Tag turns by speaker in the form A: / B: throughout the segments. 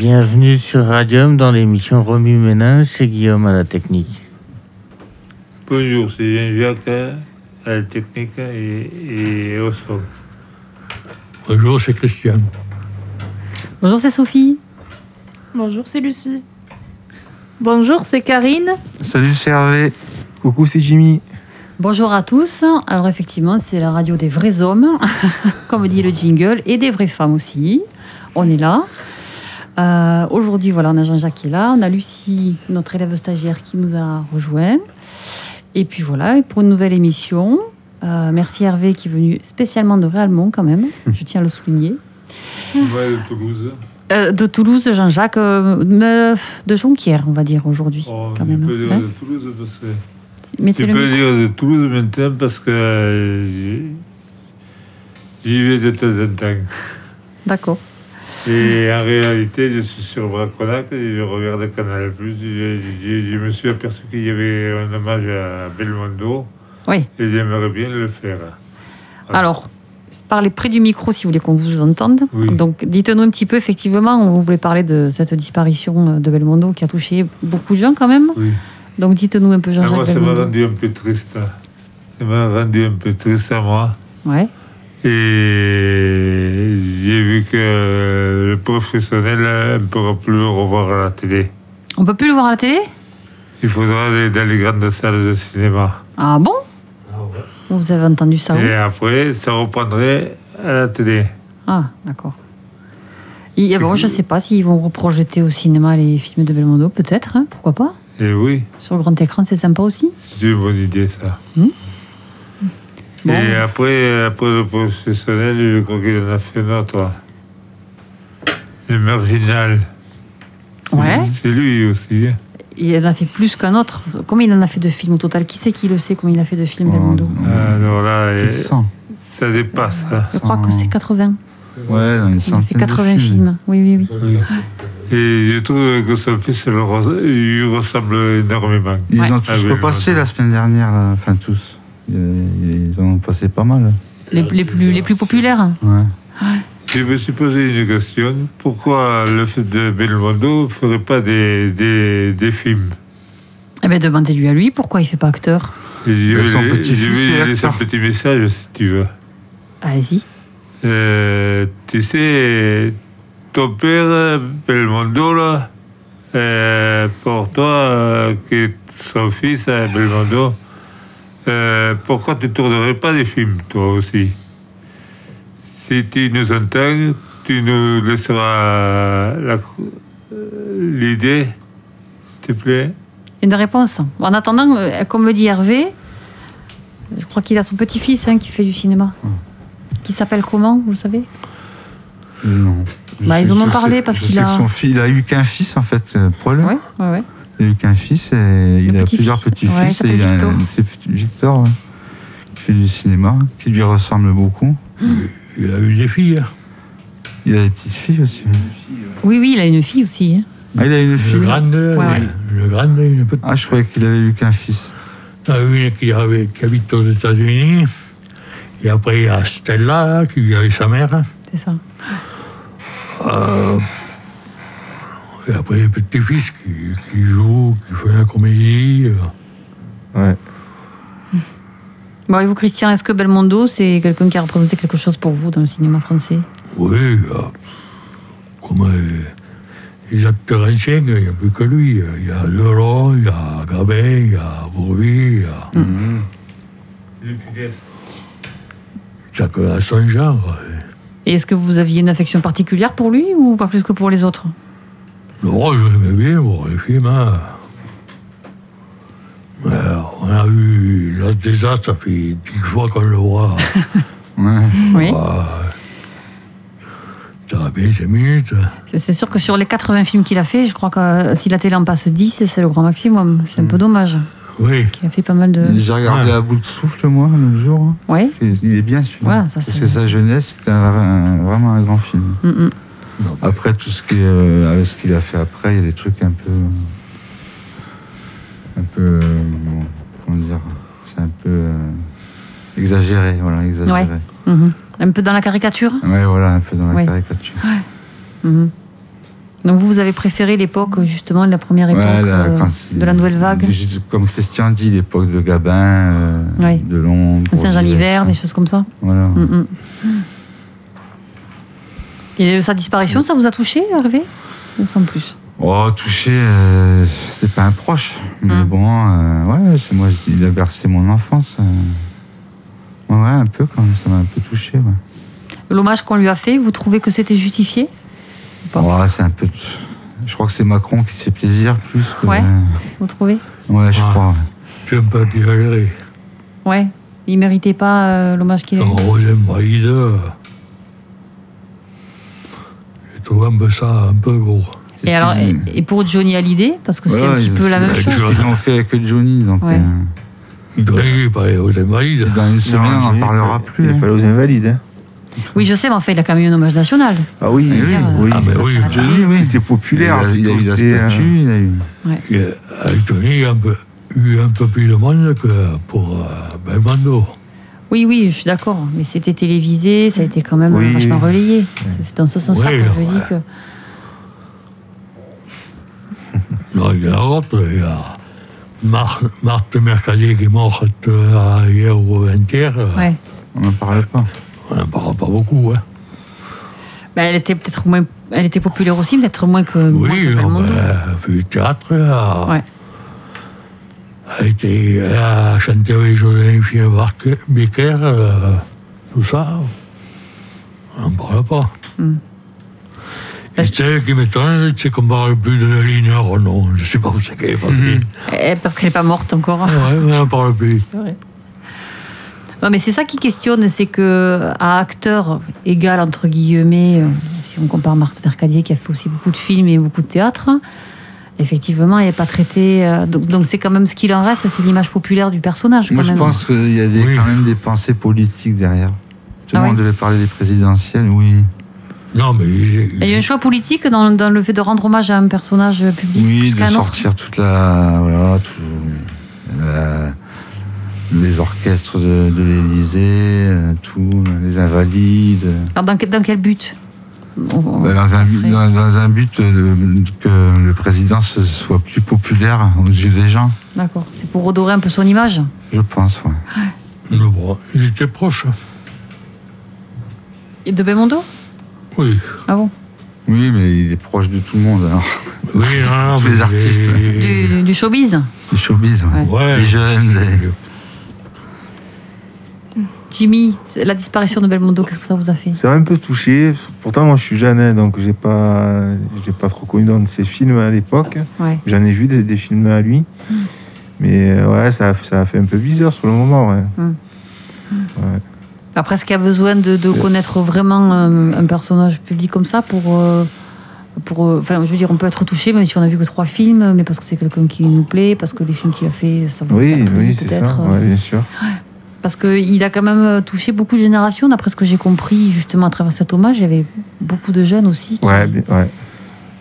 A: Bienvenue sur Radium dans l'émission Remue Ménin, c'est Guillaume à la technique.
B: Bonjour, c'est Jean-Jacques euh, à la technique et, et au sol.
C: Bonjour, c'est Christian.
D: Bonjour, c'est Sophie.
E: Bonjour, c'est Lucie. Bonjour, c'est Karine.
F: Salut, c'est Hervé.
G: Coucou, c'est Jimmy.
D: Bonjour à tous. Alors effectivement, c'est la radio des vrais hommes, comme dit le jingle, et des vraies femmes aussi. On est là. Euh, Aujourd'hui, voilà, on a Jean-Jacques qui est là, on a Lucie, notre élève stagiaire, qui nous a rejoints. Et puis voilà, et pour une nouvelle émission. euh, merci Hervé qui est venu spécialement de Réalmont quand même, je tiens à le souligner.
B: On va de Toulouse.
D: Euh, de Toulouse, Jean-Jacques, euh, me- de Jonquière, on va dire aujourd'hui.
B: Oh,
D: quand
B: je
D: même,
B: peux dire
D: hein.
B: de Toulouse parce que.
D: Mettez
B: Je
D: le
B: peux
D: micro.
B: dire de Toulouse maintenant parce que euh, j'y- j'y vais de temps en temps.
D: D'accord.
B: Et en réalité, je suis sur Braconac et je regarde Canal+. Je, je- je me suis aperçu qu'il y avait un hommage à Belmondo
D: Oui.
B: et j'aimerais bien le faire. Ah.
D: Alors, parlez près du micro si vous voulez qu'on vous entende.
B: Oui.
D: Donc, dites-nous un petit peu, effectivement, on voulait parler de cette disparition euh, de Belmondo qui a touché beaucoup de gens quand même.
B: Oui.
D: Donc, dites-nous un peu,
B: Ah, moi,
D: Jean-Jacques
B: ça m'a
D: Belmondo.
B: rendu un peu triste. Ça m'a rendu un peu triste à moi.
D: Ouais.
B: Et j'ai vu que le professionnel euh, ne pourra plus le revoir à la télé.
D: On peut plus le voir à la télé
B: Il faudra aller dans les grandes salles de cinéma.
D: Ah bon Vous avez entendu ça où
B: Et après, ça reprendrait à la télé.
D: Ah, d'accord. Et, bon, je sais pas s'ils vont reprojeter au cinéma les films de Belmondo, peut-être, hein, pourquoi pas
B: Et oui,
D: Sur le grand écran, c'est sympa aussi.
B: c'est une bonne idée, ça.
D: Hmm. Bon.
B: Et après, après le professionnel, je crois qu'il en a fait un autre. Le marginal.
D: Ouais.
B: C'est lui aussi. hein.
D: Il en a fait plus qu'un autre. Combien il en a fait de films au total Qui c'est qui le sait combien il a fait de films,
G: Oh,
D: Belmondo
G: non.
B: Alors là,
G: Plus de
B: eh,
G: 100.
B: ça dépasse. hein.
D: Je crois
G: Cent-
D: que c'est 80.
G: Ouais, dans une
D: Il a fait
G: centaine. de
D: 80 films. Oui, oui, oui.
B: Oui. Et je trouve que son fils le res- lui ressemble énormément.
G: Ils
D: Ouais.
G: ont tous
B: Ah oui,
G: repassé
B: oui.
G: la semaine dernière, là. enfin tous. Ils ils en ont passé pas mal.
D: Les, les plus, les plus populaires.
G: Ouais.
B: Je me suis posé une question. Pourquoi le fils de Belmondo ne ferait pas des, des, des films
D: Eh bien, demandez-lui à lui pourquoi il fait pas acteur.
B: Et Je
G: Mais son
B: lui-
G: petit-fils
B: je lui
G: est
B: laisse un
G: acteur.
B: petit message si tu veux.
D: Allez-y.
B: Euh, tu sais, ton père, Belmondo, là, euh, pour toi, euh, qui est son fils, euh, Belmondo, euh, pourquoi tu ne tournerais pas des films, toi aussi Si tu nous entends, tu nous laisseras la- euh, l'idée, s'il te plaît.
D: Une réponse. En attendant, euh, comme me dit Hervé, je crois qu'il a son petit-fils hein, qui fait du cinéma. Qui s'appelle comment, vous le savez
G: Euh, Non.
D: Bah,
G: Je
D: ils
G: sais-
D: en ont
G: je
D: parlé
G: sais-
D: parce
G: je
D: qu'il
G: sais
D: a-
G: que Son fils, il a eu qu'un fils en fait, euh, Paul.
D: Oui, oui, oui.
G: Il a eu qu'un fils et il a
D: petit-fils.
G: plusieurs
D: Ouais, il
G: petits-fils.
D: s'appelle
G: et il a-
D: Victor.
G: c'est petit- Victor, ouais, qui fait du cinéma, qui lui ressemble beaucoup.
C: Il a eu des filles. hein.
G: Il a des petites filles aussi.
D: Oui, oui, il a une fille aussi. hein.
G: Ah, il a une
C: Une
G: fille.
C: grande,
D: ouais.
C: une grande, une petite.
G: Ah, je croyais qu'il avait eu qu'un fils.
C: Il y en a une qui, avait- qui habite aux États-Unis. Et après, il y a Stella, là, qui vit avec sa mère. hein.
D: C'est ça.
C: Et après, les petits-fils qui, qui jouent, qui font la comédie. euh.
F: Ouais.
D: Bon, et vous, Christian, est-ce que Belmondo, c'est quelqu'un qui a représenté quelque chose pour vous dans le cinéma français
C: Oui, il y a- comme euh, les acteurs anciens, il n'y a plus que lui. Il y a Leron, il y a Gabin, il y a Bourville, il y a chacun à son genre.
D: Et est-ce que vous aviez une affection particulière pour lui ou pas plus que pour les autres
C: Non, je l'aimais bien, bon, les films. hein. Mais on a eu l'as des As, ça fait dix fois qu'on le voit.
G: Ouais.
D: Oui.
C: Ça a bien cinq minutes.
D: C'est sûr que sur les 80 films qu'il a fait, je crois que euh, si la télé en passe 10, c'est le grand maximum.
G: Mm.
D: C'est un peu dommage.
C: Oui,
D: Il a fait pas mal de.
G: J'ai regardé
C: ouais.
G: à bout de souffle, moi, l'autre jour. hein.
D: Ouais.
G: Et Il est bien celui-là.
D: Voilà, ça,
G: Parce
D: c'est-
G: que sa jeunesse, c'était un- un- vraiment un grand film.
D: Mm, mm.
G: Après, tout ce qui est, euh, avec ce qu'il a fait après, il y a des trucs un peu. Un peu. euh, bon, comment dire C'est un peu. euh, exagéré, voilà, exagéré.
D: Mhm. mm, Un peu dans la caricature
G: Ouais, voilà, un peu dans la
D: Ouais.
G: caricature.
D: Mhm. Donc vous, vous avez préféré l'époque, justement, de la première époque
G: Voilà,
D: euh,
G: quand c'est-
D: de la nouvelle vague
G: juste Comme Christian dit, l'époque de Gabin, euh,
D: Ouais.
G: de Londres.
D: Saint-Jean-Hiver,
G: de-
D: des choses comme ça
G: Voilà.
D: Mm, mm. Et euh, sa
G: Mm.
D: disparition, ça vous a touché, Hervé Ou sans plus
G: Oh, touché, euh, c'est pas un proche. Mais
D: Hum.
G: bon, euh, ouais, c'est- moi, je- il a bercé mon enfance. euh. Ouais, ouais, un peu quand même, ça m'a un peu touché. Ouais.
D: L'hommage qu'on lui a fait, vous trouvez que c'était justifié Bon.
G: Ouais, c'est un peu. t- Je crois que c'est Macron qui se fait plaisir plus. Que...
D: Ouais. Vous trouvez
G: Ouais, je
C: Ouais.
G: crois. ouais.
C: J'aime pas exagérer.
D: Ouais. Il méritait pas euh, l'hommage qu'il a eu.
G: Oh,
C: Quand Rosen Brise, euh, je trouve un peu ça un peu gros.
G: C'est
D: Et,
G: ce
D: alors,
G: que
D: et,
C: Hmm.
G: j'ai-
D: et pour Johnny Hallyday, parce que c'est
G: Voilà,
D: un petit
G: ils-
D: peu la même
G: c'est-
D: chose.
G: Ils l'ont fait avec le Johnny, donc
D: Ouais.
G: euh,
C: Il devrait pareil Rosen Brise.
G: dans une semaine, on n'en parlera plus.
F: Il
G: hein.
F: n'est pas là aux invalides. hein.
D: Oui, je sais, mais en fait, il a quand même eu un hommage national.
F: Ah oui,
G: Ah oui.
F: oui.
C: Ah, mais oui,
F: c'était-
G: Johnny, oui.
F: C'était
G: Il
F: populaire.
G: a, il a eu la
F: c'était, euh,
G: statue, il a eu.
C: Et, euh, Avec Johnny, il y a un peu, eu un peu plus de monde que pour euh, Belmondo.
D: Oui, oui, je suis d'accord. Mais c'était télévisé, ça a été quand même
F: Oui.
D: vachement relayé. C'est- C'est dans ce sens-là
C: Oui,
D: que je
C: ouais.
D: dis que.
C: Non, il y en a d'autres. Il y a Mar- Marthe Mercadier qui est morte euh, hier ou avant-hier. euh,
D: Ouais.
G: On n'en parlait pas.
C: On n'en parle pas beaucoup. Hein.
D: Ben, elle était peut-être moins. Elle était populaire aussi, peut-être moins que. moins que
C: Oui, on
D: Belmondo.
C: a fait du théâtre. euh,
D: Ouais.
C: a été euh, elle a chanté avec Joséphine Barque- Becker, euh, tout ça, on n'en parle pas.
D: Hmm.
C: Et celle qui m'étonne, c'est qu'on parle plus de la ligne Renault. Je ne sais pas où c'est qu'elle est passée.
D: Eh, Parce qu'elle n'est pas morte encore.
C: Ouais, mais on n'en parle plus.
D: Non, mais c'est ça qui questionne, c'est que à acteur égal entre guillemets, euh, si on compare Marthe Mercadier qui a fait aussi beaucoup de films et beaucoup de théâtre, effectivement, elle n'est pas traitée. euh, donc, donc c'est quand même ce qu'il en reste, c'est l'image populaire du personnage. Quand
G: Moi, je
D: même.
G: pense qu'il y a des,
C: Oui.
G: quand même des pensées politiques derrière. Tout
D: Ah
G: le monde
D: ouais.
G: devait parler des présidentielles, oui.
C: Non, mais j'ai-
D: Et Il y a un choix politique dans, dans le fait de rendre hommage à un personnage public
G: Oui,
D: plus
G: de
D: qu'à un autre.
G: sortir toute la. Voilà, tout, la- les orchestres de, de l'Élysée, euh, tout, les Invalides.
D: Alors dans, que- dans quel but On- on-
G: Bah, dans,
D: Oh, ça
G: un, but-
D: serait-
G: dans, dans un but euh, que le président se- soit plus populaire aux yeux des gens,
D: D'accord, c'est pour redorer un peu son image.
G: je pense. ouais.
C: le bras. Il était proche.
D: Et de Belmondo
C: Oui.
D: Ah bon
G: Oui, mais il est proche de tout le monde, alors.
C: Oui, non, non,
G: Tous
C: mais
G: les artistes.
C: j'ai-
D: du, du showbiz
G: Les showbiz, ouais.
C: Ouais.
G: les jeunes. les-
D: Jimmy, c'est- la disparition de Belmondo, qu'est-ce que ça vous a fait
F: Ça m'a un peu touché. Pourtant, moi, je suis jeune, hein, donc j'ai pas, j'ai pas trop connu dans de ses films à l'époque.
D: Ouais.
F: J'en ai vu des, des films à lui. Mais euh, ouais, ça, ça a fait un peu bizarre sur le moment. ouais.
D: Après, est-ce qu'il y a besoin de,
F: Euh.
D: de connaître vraiment euh, un, personnage public comme ça pour. euh, pour, euh, enfin, je veux dire, on peut être touché, même si on a vu que trois films, mais parce que c'est quelqu'un qui nous plaît, parce que les films qu'il a fait, ça vous a
F: Oui,
D: plu,
F: oui, c'est ça.
D: peut-être. euh,
F: ouais, bien sûr.
D: Parce qu'il a quand même euh, touché beaucoup de générations, d'après ce que j'ai compris, justement, à travers cet hommage. Il y avait beaucoup de jeunes aussi qui,
F: Ouais, bien- ouais.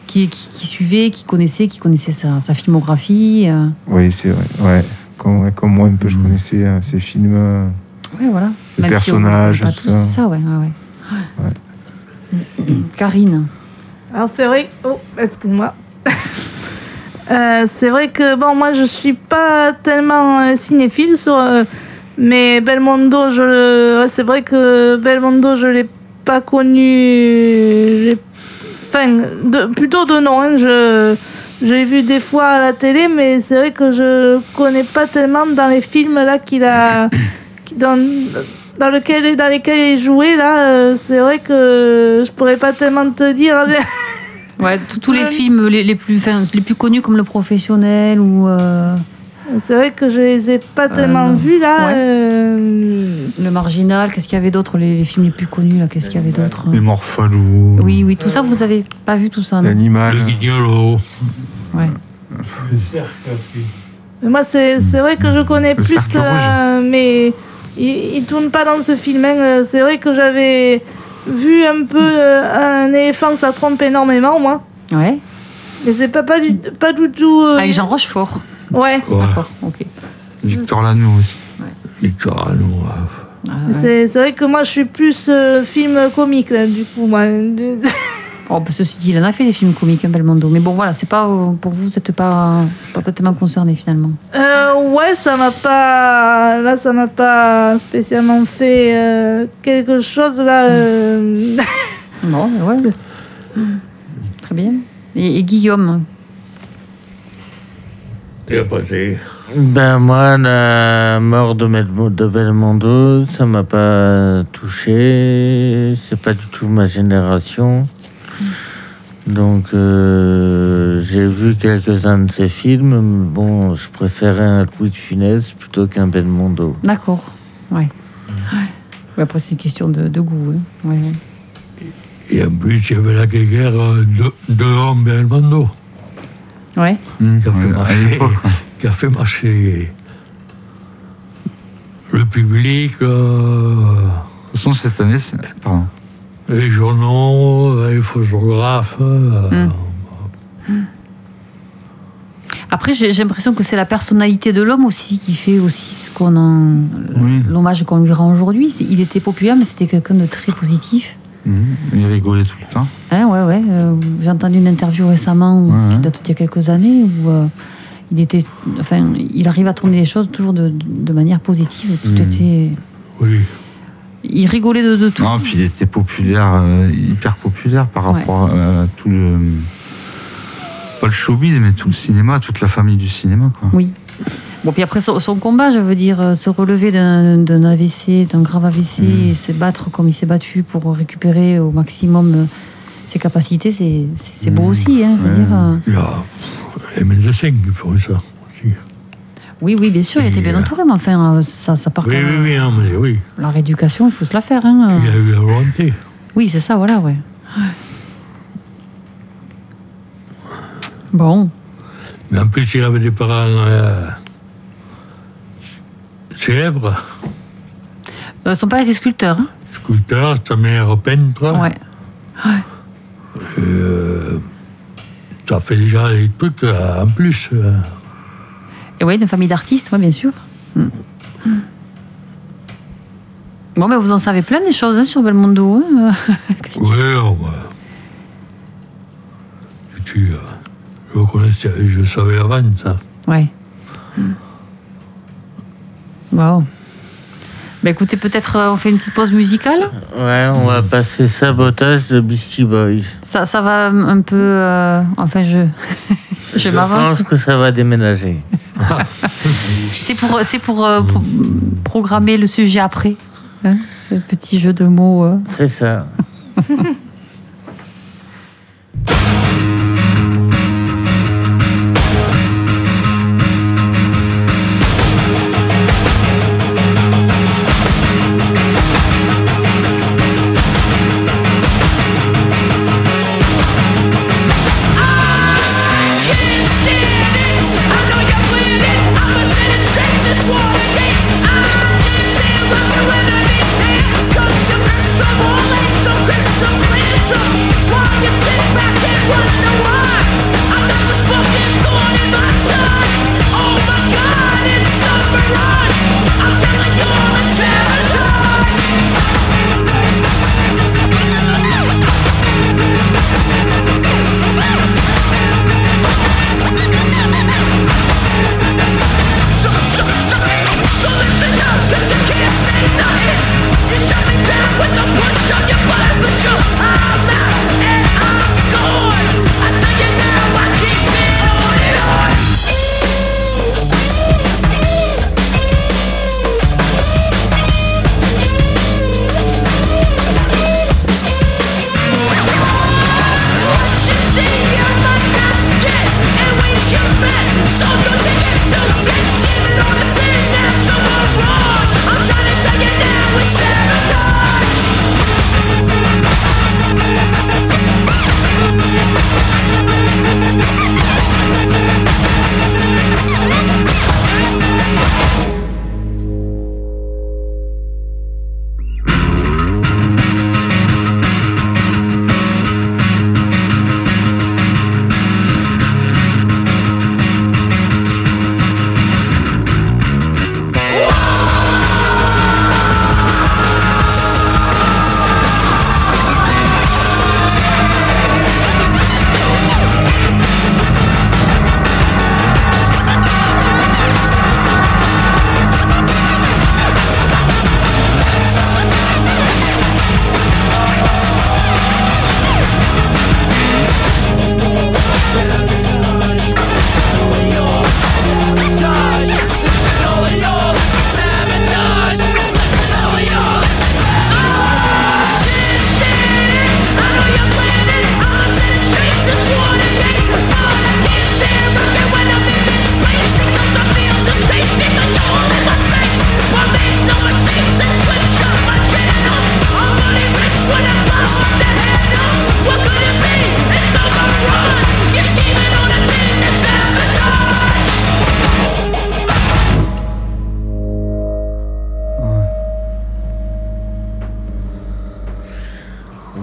D: qui, qui- qui suivaient, qui connaissaient, qui connaissaient sa, sa filmographie. euh.
F: Oui, c'est vrai. Ouais. Comme, ouais, comme moi, un peu, je connaissais euh, ces films. euh,
D: Ouais, voilà.
F: Le
D: Même si on connaît
F: personnage,
D: pas
F: tout
D: tous,
F: ça.
D: C'est ça, ouais. ouais, ouais. Karine.
E: Alors c'est vrai. Oh, excuse-moi. Euh, c'est vrai que bon, moi je suis pas tellement euh, cinéphile sur, euh, mais Belmondo, je le- ouais, c'est vrai que Belmondo, je l'ai pas connu. je l'ai- Enfin, de- plutôt de nom. hein, je je l'ai vu des fois à la télé, mais c'est vrai que je connais pas tellement dans les films là qu'il a, qui- dans dans lequel dans lesquels il jouait là. euh, c'est vrai que je pourrais pas tellement te dire.
D: Ouais, tous tous les
E: Ouais.
D: films les, les plus, enfin, les plus connus comme Le Professionnel ou euh,
E: C'est vrai que je les ai pas tellement
D: non.
E: vus là.
D: Ouais.
E: euh,
D: Le Marginal, qu'est-ce qu'il y avait d'autre les, les films les plus connus, là, qu'est-ce qu'il y avait d'autre
G: Les morphalous.
D: Oui, oui, tout ça, vous avez pas vu tout ça, non
C: Le
F: L'animal.
C: guignolo.
D: Ouais.
B: Le cercle aussi.
E: mais Moi, c'est c'est vrai que je connais
G: Le
E: plus,
G: Cercle
E: euh, mais il, il tourne pas dans ce film. hein. Euh, C'est vrai que j'avais vu un peu euh, un éléphant, ça trompe énormément, moi.
D: Ouais.
E: Mais c'est pas, pas, du, pas du tout. euh,
D: Avec Jean Rochefort.
E: Ouais.
C: Ouais.
D: D'accord, ok.
G: Victor Lanoux aussi.
C: Victor Hano, ouais.
D: Ah, ouais.
E: C'est c'est vrai que moi, je suis plus euh, film comique, là, du coup. Moi.
D: Oh, bah, ceci dit, il en a fait des films comiques, hein, Belmondo. Mais bon, voilà, c'est pas euh, pour vous, vous n'êtes pas, pas totalement concerné finalement.
E: Euh, ouais, ça m'a pas. Là, ça m'a pas spécialement fait euh, quelque chose, là. euh,
D: Bon, mais ouais. Mm. Très bien. Et, et Guillaume
C: Il a pas été.
A: Ben moi, la mort de, Mel- de Belmondo, ça m'a pas touché. C'est pas du tout ma génération. Donc euh, j'ai vu quelques-uns de ses films. mais Bon, je préférais un Louis de Funès plutôt qu'un Belmondo.
D: D'accord. Ouais. Ouais. Ouais, Après, c'est une question de, de goût. hein. Ouais, ouais.
C: Et en plus, il y avait la guerre euh, de, de Rome et Belmondo,
D: Ouais.
G: Hum,
C: qui a fait
G: ouais, à
C: marcher,
G: l'époque.
C: qui a fait marcher le public, euh,
G: De toute façon, cette année, c'est- pardon.
C: les journaux, euh, les photographes. euh,
D: Mm. Après, j'ai j'ai l'impression que c'est la personnalité de l'homme aussi qui fait aussi ce qu'on en-
G: Oui.
D: l'hommage qu'on lui rend aujourd'hui. C'est- Il était populaire, mais c'était quelqu'un de très positif.
G: Hum, Il rigolait tout le temps.
D: Hein, ouais, ouais. euh, J'ai entendu une interview récemment
G: Ouais, ouais.
D: qui date d'il y a quelques années où euh, il était, enfin, il arrive à tourner les choses toujours de, de manière positive. Tout
G: Mhm.
D: était,
C: Oui.
D: il rigolait de, de tout.
G: Non, puis il était populaire, euh, hyper populaire par
D: Ouais.
G: rapport à, à tout le. Pas le showbiz, mais tout le cinéma, toute la famille du cinéma, quoi.
D: Oui. Bon, puis après son, son combat, je veux dire, euh, se relever d'un d'un AVC, d'un grave AVC,
G: Mhm.
C: Hmm.
D: et se battre comme il s'est battu pour récupérer au maximum euh, ses capacités, c'est- c'est c'est beau
C: Hmm.
G: Mhm.
D: aussi. Hein, je veux
G: Ouais.
D: dire, euh,
C: Il y a les médecins qui font ça. aussi.
D: oui, oui, bien sûr, il était bien
C: Et, euh,
D: entouré, mais enfin, euh, ça, ça part
C: Oui,
D: quand
C: oui,
D: même.
C: oui, non, mais oui.
D: La rééducation, il faut se la faire. Hein, euh.
C: Il y a eu la volonté.
D: Oui, c'est ça, voilà, ouais. Bon,
C: Mais en plus, il avait des parents euh, célèbres.
D: Euh, son père était sculpteur. hein
C: Sculpteur, sa mère peintre.
D: ouais.
C: Euh, ça fait déjà des trucs euh, en plus. euh.
D: Et oui, d'une famille d'artistes, oui, bien sûr. Mm. Mm. Bon, ben vous en savez plein des choses hein, sur Belmondo. hein, Christian.
C: Ouais, on va- Et puis, euh, je connaissais, je savais avant ça.
D: Ouais. Mm. Wow. Ben écoutez, peut-être euh, on fait une petite pause musicale.
A: Ouais, on va passer Sabotage de Beastie Boys.
D: Ça, ça va un peu. euh, Enfin, je, je
A: je
D: m'avance.
A: pense que ça va déménager.
D: C'est pour, c'est pour euh, pro- programmer le sujet après. Hein, ce petit jeu de mots. euh.
A: C'est ça.
H: Crystal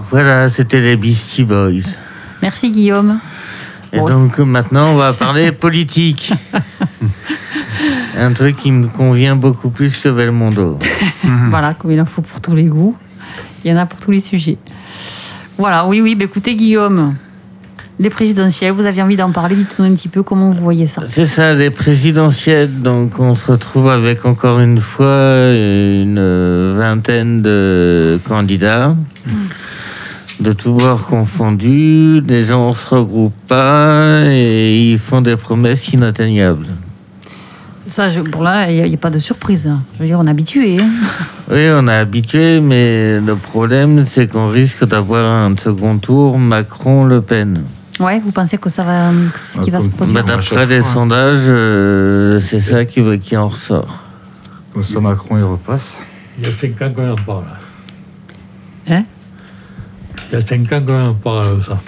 A: Voilà, c'était les Beastie Boys.
D: Merci Guillaume.
A: Et
D: Bon,
A: donc maintenant, on va parler politique. Un truc qui me convient beaucoup plus que Belmondo.
G: Hmm.
D: Voilà, comme il en faut pour tous les goûts. Il y en a pour tous les sujets. Voilà, oui, oui, bah écoutez Guillaume, les présidentielles, vous aviez envie d'en parler, dites-nous un petit peu comment vous voyez ça.
A: C'est ça, les présidentielles. Donc, on se retrouve avec encore une fois une euh, vingtaine de candidats, de tous bords confondus. Les gens ne se regroupent pas et ils font des promesses inatteignables.
D: Ça, je- pour là, il n'y a, pas de surprise. Je veux dire, on est habitué. hein.
A: Oui, on est habitué, mais le problème, c'est qu'on risque d'avoir un second tour Macron-Le Pen.
D: Ouais, vous pensez que ça va, que c'est ce qui
G: Ah,
D: va se
G: comme-
A: Bah,
D: produire
G: à
A: D'après
G: chaque
A: les
G: fois.
A: sondages, euh, c'est ça qui, qui en ressort.
G: Comme ça, Macron, il repasse.
C: Il y a 5 ans qu'on en parle.
D: Hein
C: Il y a 5 ans qu'on en parle de ça.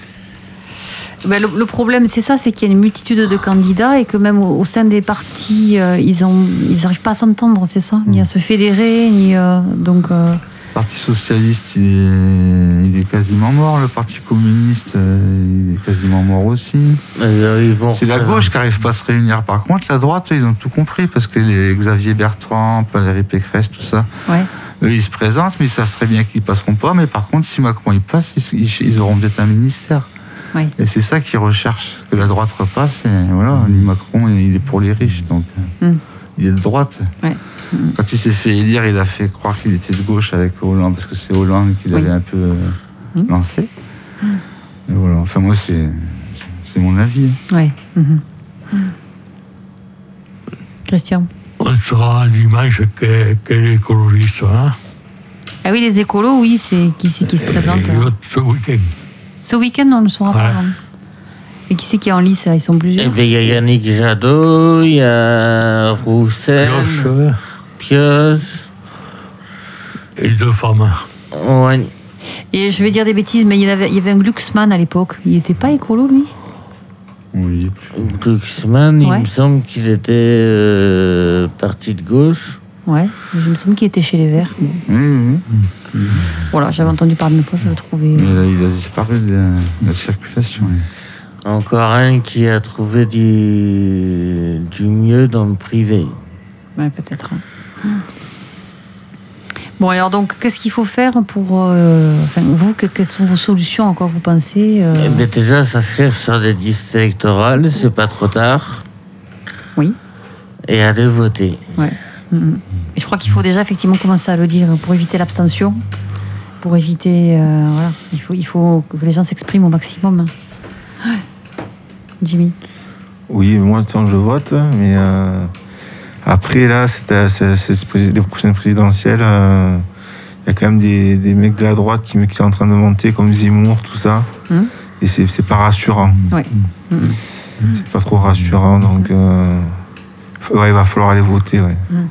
D: Ben, le, le problème, c'est ça, c'est qu'il y a une multitude de candidats et que même au, au sein des partis, euh, ils n'arrivent ils arrivent pas à s'entendre, c'est ça
G: Hmm.
D: Ni à se fédérer, ni... euh, donc, euh,
G: Parti socialiste, il est, il est quasiment mort. Le Parti communiste, euh, il est quasiment mort aussi.
A: Euh, ils vont-
G: C'est la gauche qui n'arrive pas à se réunir. Par contre, la droite, ils ont tout compris parce que les Xavier Bertrand, Valérie Pécresse, tout ça,
D: ouais.
G: eux, ils se présentent, mais ils savent très bien qu'ils passeront pas. Mais par contre, si Macron il passe, ils, ils- ils auront peut-être un ministère.
D: Oui.
G: Et c'est ça qu'ils recherchent, que la droite repasse. Et voilà, lui, Macron, il est pour les riches, donc euh,
D: Mm.
G: il est de droite.
D: Ouais. Mm.
G: Quand il s'est fait élire, il a fait croire qu'il était de gauche avec Hollande, parce que c'est Hollande qui l'avait
D: Oui.
G: un peu euh,
D: Mm.
G: lancé. Et voilà. Enfin, moi, c'est c'est mon avis. hein.
D: Ouais. mhm. Christian.
C: On sera dimanche que- hein. quel écologiste on a.
D: Ah oui, les écolos, oui, c'est qui c'est qui
A: Euh,
D: se présente hein.
C: Et l'autre ce week-end.
D: Ce week-end, on le saura
C: Ouais.
D: pas. Et qui c'est qui est en lice là Ils sont
A: Eh
D: plusieurs.
A: bien, il y a Yannick Jadot, il y a Roussel,
C: Pioche, euh,
A: Pioche.
C: et deux femmes. hein.
A: Ouais.
D: Et je vais dire des bêtises, mais il y avait, il y avait un Glucksmann à l'époque. Il n'était pas écolo, lui
G: Oui,
A: Glucksmann,
D: Ouais.
A: il me semble qu'il était euh, parti de gauche.
D: Ouais, mais je me semble qu'il était chez les Verts.
G: oui, oui.
D: Voilà, j'avais entendu parler une fois, je le trouvais.
A: Mm.
G: Mais là, il a disparu de la, de la circulation. lui.
A: Encore un qui a trouvé du, du mieux dans le privé.
D: Ouais, peut-être. hein. Bon, alors donc, qu'est-ce qu'il faut faire pour. euh, Enfin, vous, que- quelles sont vos solutions encore, vous pensez euh,
A: Eh bien, déjà, s'inscrire sur des listes électorales, c'est pas trop tard.
D: Oui.
A: Et aller voter.
D: Et je crois qu'il faut déjà effectivement commencer à le dire pour éviter l'abstention, pour éviter. euh, voilà, il faut, il faut que les gens s'expriment au maximum. Ouais. Jimmy.
F: Oui, moi, tant je vote, mais euh, après, là, c'était- c'est- c'est- c'est pré- les prochaines présidentielles, euh, il y a quand même des, des mecs de la droite qui, qui sont en train de monter, comme Zemmour, tout ça.
D: Mhm.
F: Et c'est c'est pas rassurant. Hmm.
D: Ouais. Mhm.
F: C'est pas trop rassurant, donc euh, f- ouais, il va falloir aller voter. Ouais.
D: Hmm.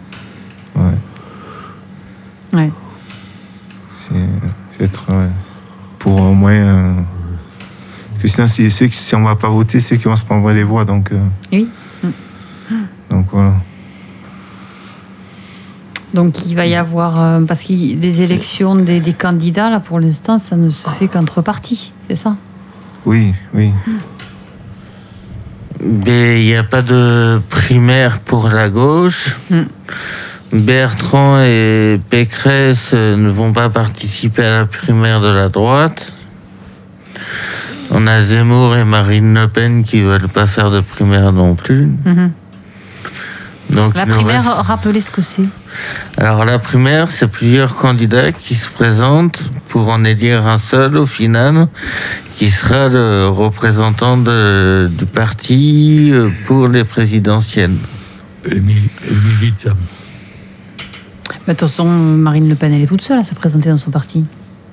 F: Ouais.
D: Ouais.
F: C'est c'est être ouais, pour au moins. euh, parce que sinon, si, ceux qui- si on va pas voter, c'est ceux qui vont se prendre les voix. Donc, euh,
D: Oui. Hmm.
F: donc voilà.
D: Donc il va y avoir. euh, parce que les élections des, des candidats, là, pour l'instant, ça ne se fait qu'entre partis, c'est ça
F: Oui, oui.
A: B, il n'y a pas de primaire pour la gauche.
D: Mm.
A: Bertrand et Pécresse euh, ne vont pas participer à la primaire de la droite. On a Zemmour et Marine Le Pen qui ne veulent pas faire de primaire non plus.
D: Mhm.
A: Donc
D: La
A: il nous
D: primaire,
A: reste-
D: rappelez ce que c'est.
A: Alors la primaire, c'est plusieurs candidats qui se présentent pour en élire un seul au final, qui sera le représentant de- du parti euh, pour les présidentielles.
C: Et, mi- et militants.
D: Mais de toute façon, Marine Le Pen, elle est toute seule à se présenter dans son parti.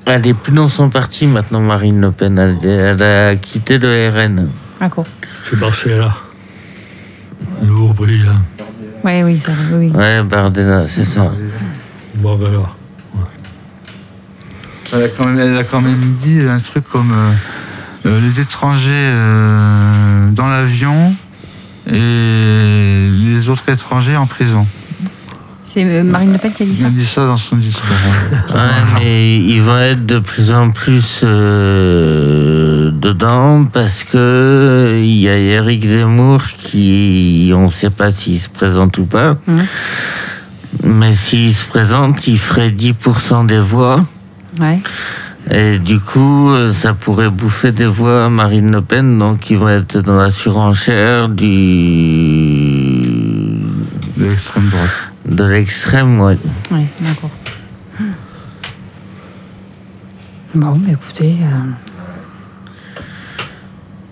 A: Elle est plus dans son parti maintenant, Marine Le Pen. Elle, elle a quitté le RN.
D: D'accord.
C: C'est passé là. Nouveau président.
D: Ouais, oui, ça, va, oui, oui.
A: Ouais, Bardella, c'est ça.
C: Bon, ben alors.
G: Elle a, quand même, elle a quand même dit un truc comme euh, euh, les étrangers euh, dans l'avion et les autres étrangers en prison.
D: C'est- C'est Marine Le Pen qui a dit
G: Il
D: ça.
G: a dit ça dans son discours.
A: Ouais, mais il va être de plus en plus euh, dedans parce que il y a Eric Zemmour qui, on ne sait pas s'il se présente ou pas,
D: Mhm.
A: mais s'il se présente, il ferait 10% des voix.
D: Ouais.
A: Et du coup, euh, ça pourrait bouffer des voix à Marine Le Pen, donc il va être dans la surenchère du
G: De l'extrême droite.
A: de l'extrême, ouais.
D: Ouais, d'accord. Bon, bah écoutez. euh,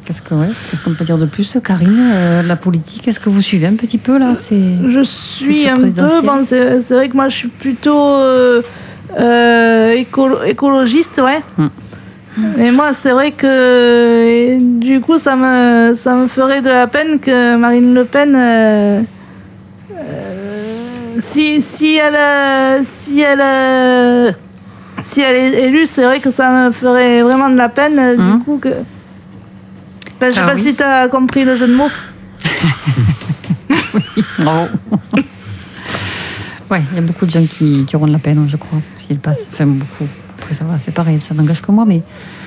D: Qu'est-ce que- ouais, qu'est-ce qu'on peut dire de plus, Karine Euh, La politique, est-ce que vous suivez un petit peu là C'est
E: Je suis
D: Culture
E: un peu.
D: présidentielle.
E: Bon, c'est c'est vrai que moi, je suis plutôt euh, euh, écolo- écologiste, ouais.
D: Mm.
E: Mais moi, c'est vrai que et du coup, ça me, ça me ferait de la peine que Marine Le Pen. euh, euh, si, si elle, euh, si elle, euh, si elle est élue, c'est vrai que ça me ferait vraiment de la peine. euh,
D: Mm.
E: Du coup, que. Ben, je sais
D: Ah
E: pas
D: oui.
E: si tu as compris le jeu de mots.
D: Bravo. ouais, il y a beaucoup de gens qui, qui auront de la peine, je crois, s'ils passent. Enfin, beaucoup. Après, ça va, c'est pareil, ça n'engage que moi, mais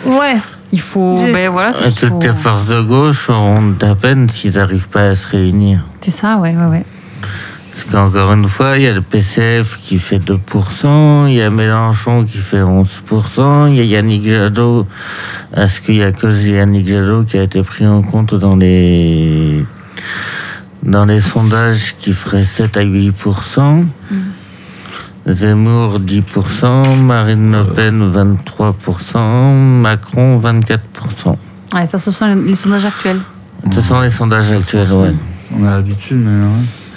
E: Ouais.
D: il faut.
E: Dieu.
D: Ben voilà.
A: Euh,
D: il faut-
A: Toutes les forces de gauche auront de la peine s'ils n'arrivent pas à se réunir.
D: C'est ça, ouais, ouais, ouais.
A: Parce qu'encore une fois, il y a le PCF qui fait 2%, il y a Mélenchon qui fait 11%, il y a Yannick Jadot. Est-ce qu'il y a que Yannick Jadot qui a été pris en compte dans les, dans les sondages qui ferait 7 à 8% Zemmour 10%, Marine Le Pen 23%, Macron 24%.
D: Ouais, ça, ce sont les, les sondages actuels.
A: Ce sont les sondages actuels, ouais.
G: On a l'habitude maintenant.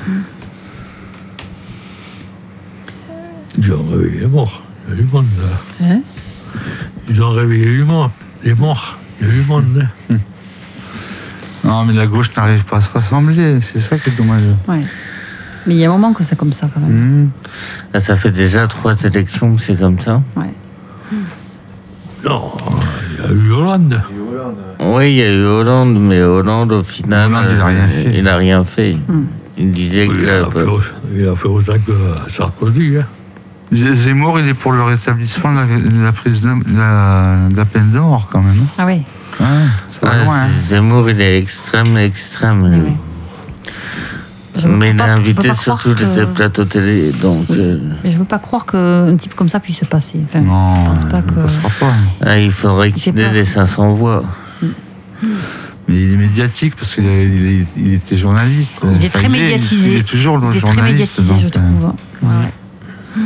G: hein.
C: Ils ont réveillé les morts. Il y a du monde, là.
D: Hein
C: Ils ont réveillé les morts. Les morts. Il y a du monde, hein.
G: Non, mais la gauche n'arrive pas à se rassembler. C'est ça qui est dommage.
D: Ouais. Mais il y a un moment que c'est comme ça, quand même.
G: Hmm.
A: Là, ça fait déjà trois élections que c'est comme ça.
D: Ouais.
C: Non, il y a eu Hollande.
A: Oui, il y a eu Hollande, mais Hollande, au final, euh,
G: Hollande, il a rien fait.
A: Il a rien fait.
D: Hmm.
A: Il disait
C: Il
A: qu'il
C: a,
A: a-
C: fait, au- il a fait autant que Sarkozy. Hein.
G: Zemmour, il est pour le rétablissement de la, de la prise de de la, de la peine de mort, quand même.
D: Ah ouais.
G: hein. Ouais, ça va
A: Ouais,
G: loin. hein.
A: Z- ah, Zemmour, il est extrême, extrême.
D: ouais,
A: lui.
D: ouais. Eh Je peux
A: Mais il
D: pas-
A: a
D: je peux
A: invité
D: pas croire
A: surtout des
D: que-
A: plateaux télé, donc euh,
D: Mais je veux pas croire qu'un type comme ça puisse se passer. Enfin,
G: Non,
D: je pense pas
G: il ne
D: que.
G: passera pas.
A: là, ah, il faudrait
D: Il fait
A: qu'il ait
D: peur.
A: les 500 voix.
G: Mais il est médiatique parce qu'il a- il est- il était journaliste.
D: Il est
G: Enfin,
D: très
G: il
D: médiatisé.
G: Il est toujours le
D: Il est très
G: journaliste.
D: médiatisé, je
G: donc, euh,
D: trouve. Ouais, ouais.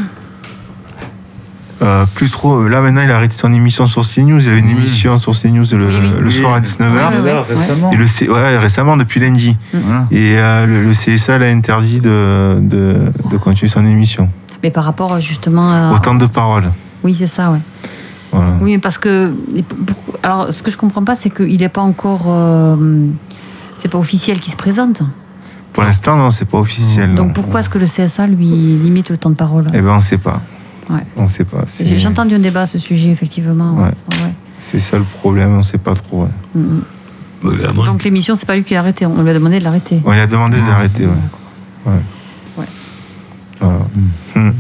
F: Euh, plus trop. Là, maintenant, il a arrêté son émission sur CNews. Il avait une
G: Oui.
F: émission sur CNews le,
D: Oui, oui.
F: le soir à
G: Oui.
F: 19h.
D: Ouais, ouais,
G: Là,
D: ouais.
G: récemment.
F: Et le C- ouais, récemment, depuis lundi.
G: Voilà.
F: Et euh, le, le CSA l'a interdit de, de, de continuer son émission.
D: Mais par rapport euh, justement à.
F: Autant de paroles.
D: Oui, c'est ça, ouais.
F: Voilà.
D: Oui, mais parce que. pour- Alors, ce que je comprends pas, c'est qu'il n'est pas encore. euh, C'est pas officiel qu'il se présente.
F: Pour l'instant, non, c'est pas officiel. non.
D: Donc pourquoi est-ce que le CSA lui limite le temps de parole
F: Eh ben, on sait pas.
D: Ouais.
F: On sait pas. C'est
D: J'ai j'ai entendu un débat à ce sujet, effectivement. ouais. Ouais.
F: c'est ça le problème, on sait pas trop. ouais.
D: Mm, mm.
C: Mais il y a un monde-
D: Donc l'émission, c'est pas lui qui l'a arrêté. On lui a demandé de l'arrêter.
F: On lui a demandé
G: Ouais.
F: d'arrêter, ouais. Ouais.
D: Ouais.
F: Voilà. Hmm.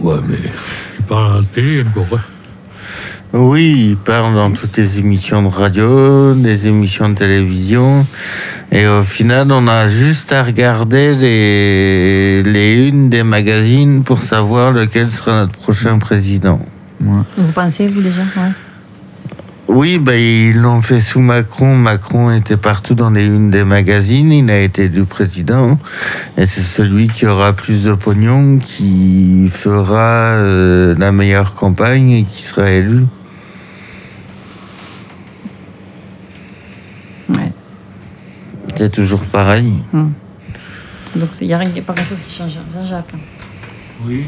C: Ouais, mais il parle à la télé encore. Hein.
A: Oui, il parle dans toutes les émissions de radio, des émissions de télévision. Et au final, on a juste à regarder les, les unes des magazines pour savoir lequel sera notre prochain président.
G: Ouais.
D: Vous pensez, vous déjà ouais.
A: Oui, bah, ils l'ont fait sous Macron. Macron était partout dans les unes des magazines. Il a été élu président. Et c'est celui qui aura plus de pognon qui fera euh, la meilleure campagne et qui sera élu.
D: Ouais.
A: C'est toujours pareil.
D: Donc il n'y a, rien- y a pas grand-chose qui change. hein. Jean-Jacques.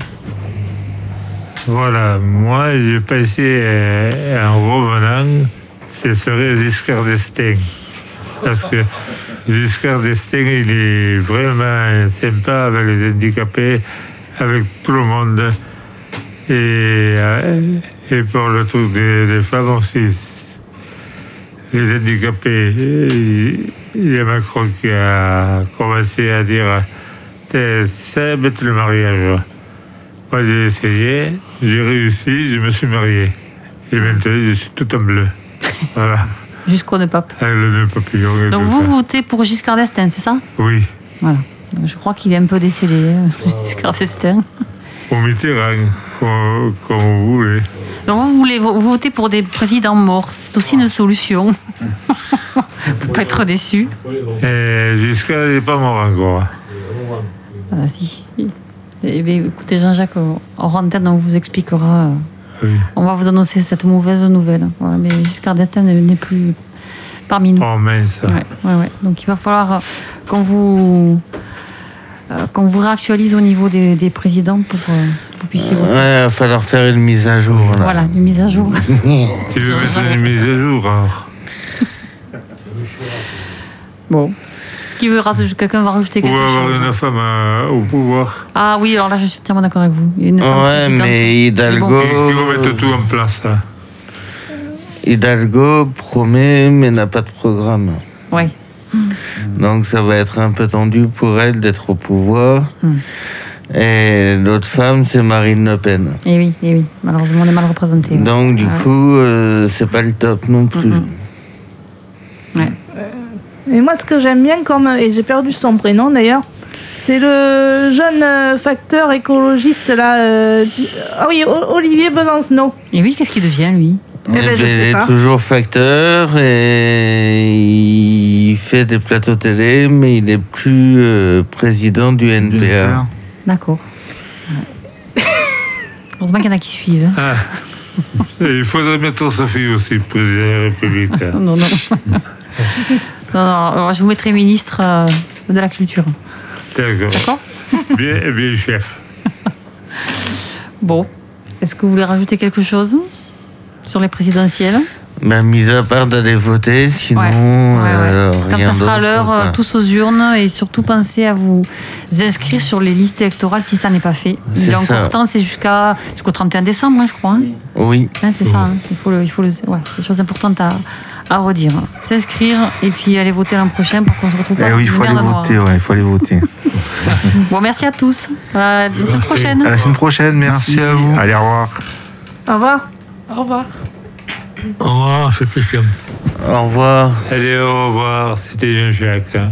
B: Voilà, moi, je pensais euh, en revenant, ce serait Giscard d'Estaing. Parce que Giscard d'Estaing, il est vraiment sympa avec les handicapés, avec tout le monde. Et, euh, et pour le truc des, des femmes aussi. les handicapés. Il il y a Macron qui a commencé à dire T'es- ça va être le mariage. Moi, j'ai essayé, j'ai réussi, je me suis marié. Et maintenant, je suis tout en bleu. Voilà,
D: Jusqu'au ne pape.
B: avec le nœud papillon et
D: Donc
B: tout
D: vous
B: ça.
D: votez pour Giscard d'Estaing, c'est ça
B: Oui,
D: Voilà. Donc, Je crois qu'il est un peu décédé, euh, Giscard d'Estaing.
B: au Mitterrand, comme, comme vous voulez.
D: Donc vous voulez vo- vous voter pour des présidents morts, c'est aussi une solution. Pour pas être déçu.
B: Et jusqu'à, il n'est pas mort encore. hein.
D: Voilà, Ah, si. Eh bien, écoutez, Jean-Jacques, en antenne, on vous expliquera. euh,
B: Oui.
D: On va vous annoncer cette mauvaise nouvelle. Voilà, mais Giscard d'Estaing n'est- n'est plus parmi nous.
B: Oh mince.
D: Ouais, ouais, ouais. Donc il va falloir euh, qu'on vous, euh, qu'on vous réactualise au niveau des, des présidents pour euh, que vous puissiez voter.
A: Ouais, il va falloir faire une mise à jour. Là.
D: Voilà, une mise à jour.
B: Tu veux mettre une mise à jour alors
D: Bon. Qui veut rajouter Quelqu'un va rajouter
B: Ou
D: quelque
B: avoir
D: chose hein.
B: une femme euh, au pouvoir
D: Ah oui, alors là, je suis totalement d'accord avec vous. Une femme
A: Ouais,
D: présidente.
A: mais Hidalgo,
B: et qui remette tout en place. hein.
A: Hidalgo promet mais n'a pas de programme.
D: Bon, ouais.
A: Donc ça va être un peu tendu pour elle d'être au pouvoir.
D: Hmm.
A: Et l'autre femme, c'est Marine Le Pen.
D: Et oui, et oui. Malheureusement, on est mal représenté. ouais. Ah.
A: Donc du
D: Ouais.
A: coup, euh, c'est pas le top non plus.
D: Mm,
E: Et moi, ce que j'aime bien, comme et j'ai perdu son prénom d'ailleurs, c'est le jeune euh, facteur écologiste là. euh, du- ah oui, O- Olivier Besancenot.
D: Et oui, qu'est-ce qu'il devient, lui
E: Eh ben, je
A: ben,
E: sais
A: il
E: pas.
A: est toujours facteur et il fait des plateaux télé, mais il est plus euh, président du NPA.
D: D'accord. Ouais. Heureusement qu'il y en a qui suivent. hein.
B: Ah. Et il faudrait mettre sa fille aussi, président de la République. hein.
D: Non, non. non, non, alors, je vous mettrai ministre euh, de la Culture.
B: D'accord. Bien, bien, chef.
D: Bon. Est-ce que vous voulez rajouter quelque chose sur les présidentielles
A: Ben, mis à part d'aller voter, sinon euh,
D: Quand
A: rien
D: ça sera
A: d'autre,
D: l'heure, euh,
A: enfin,
D: tous aux urnes et surtout pensez à vous inscrire sur les listes électorales si ça n'est pas fait. Il
A: C'est
D: est encore
A: ça.
D: temps, c'est jusqu'à jusqu'au 31 décembre, hein, je crois. hein.
A: Oui.
D: Hein, c'est ça, hein. il faut le, il faut le, ouais, des choses importantes à, à redire. S'inscrire et puis aller voter l'an prochain pour qu'on se retrouve pas.
F: Eh oui, il faut
D: dans
F: aller
D: la merde.
F: voter, ouais, il faut aller voter.
D: Bon, merci à tous. Euh, À la semaine prochaine.
F: À la semaine prochaine, merci.
A: Merci à vous.
F: Allez, au revoir.
E: Au revoir.
H: Au revoir.
C: Au revoir, Ah, c'est Christian.
A: Au revoir.
B: Allez, au revoir. C'était bien, Jacques. hein.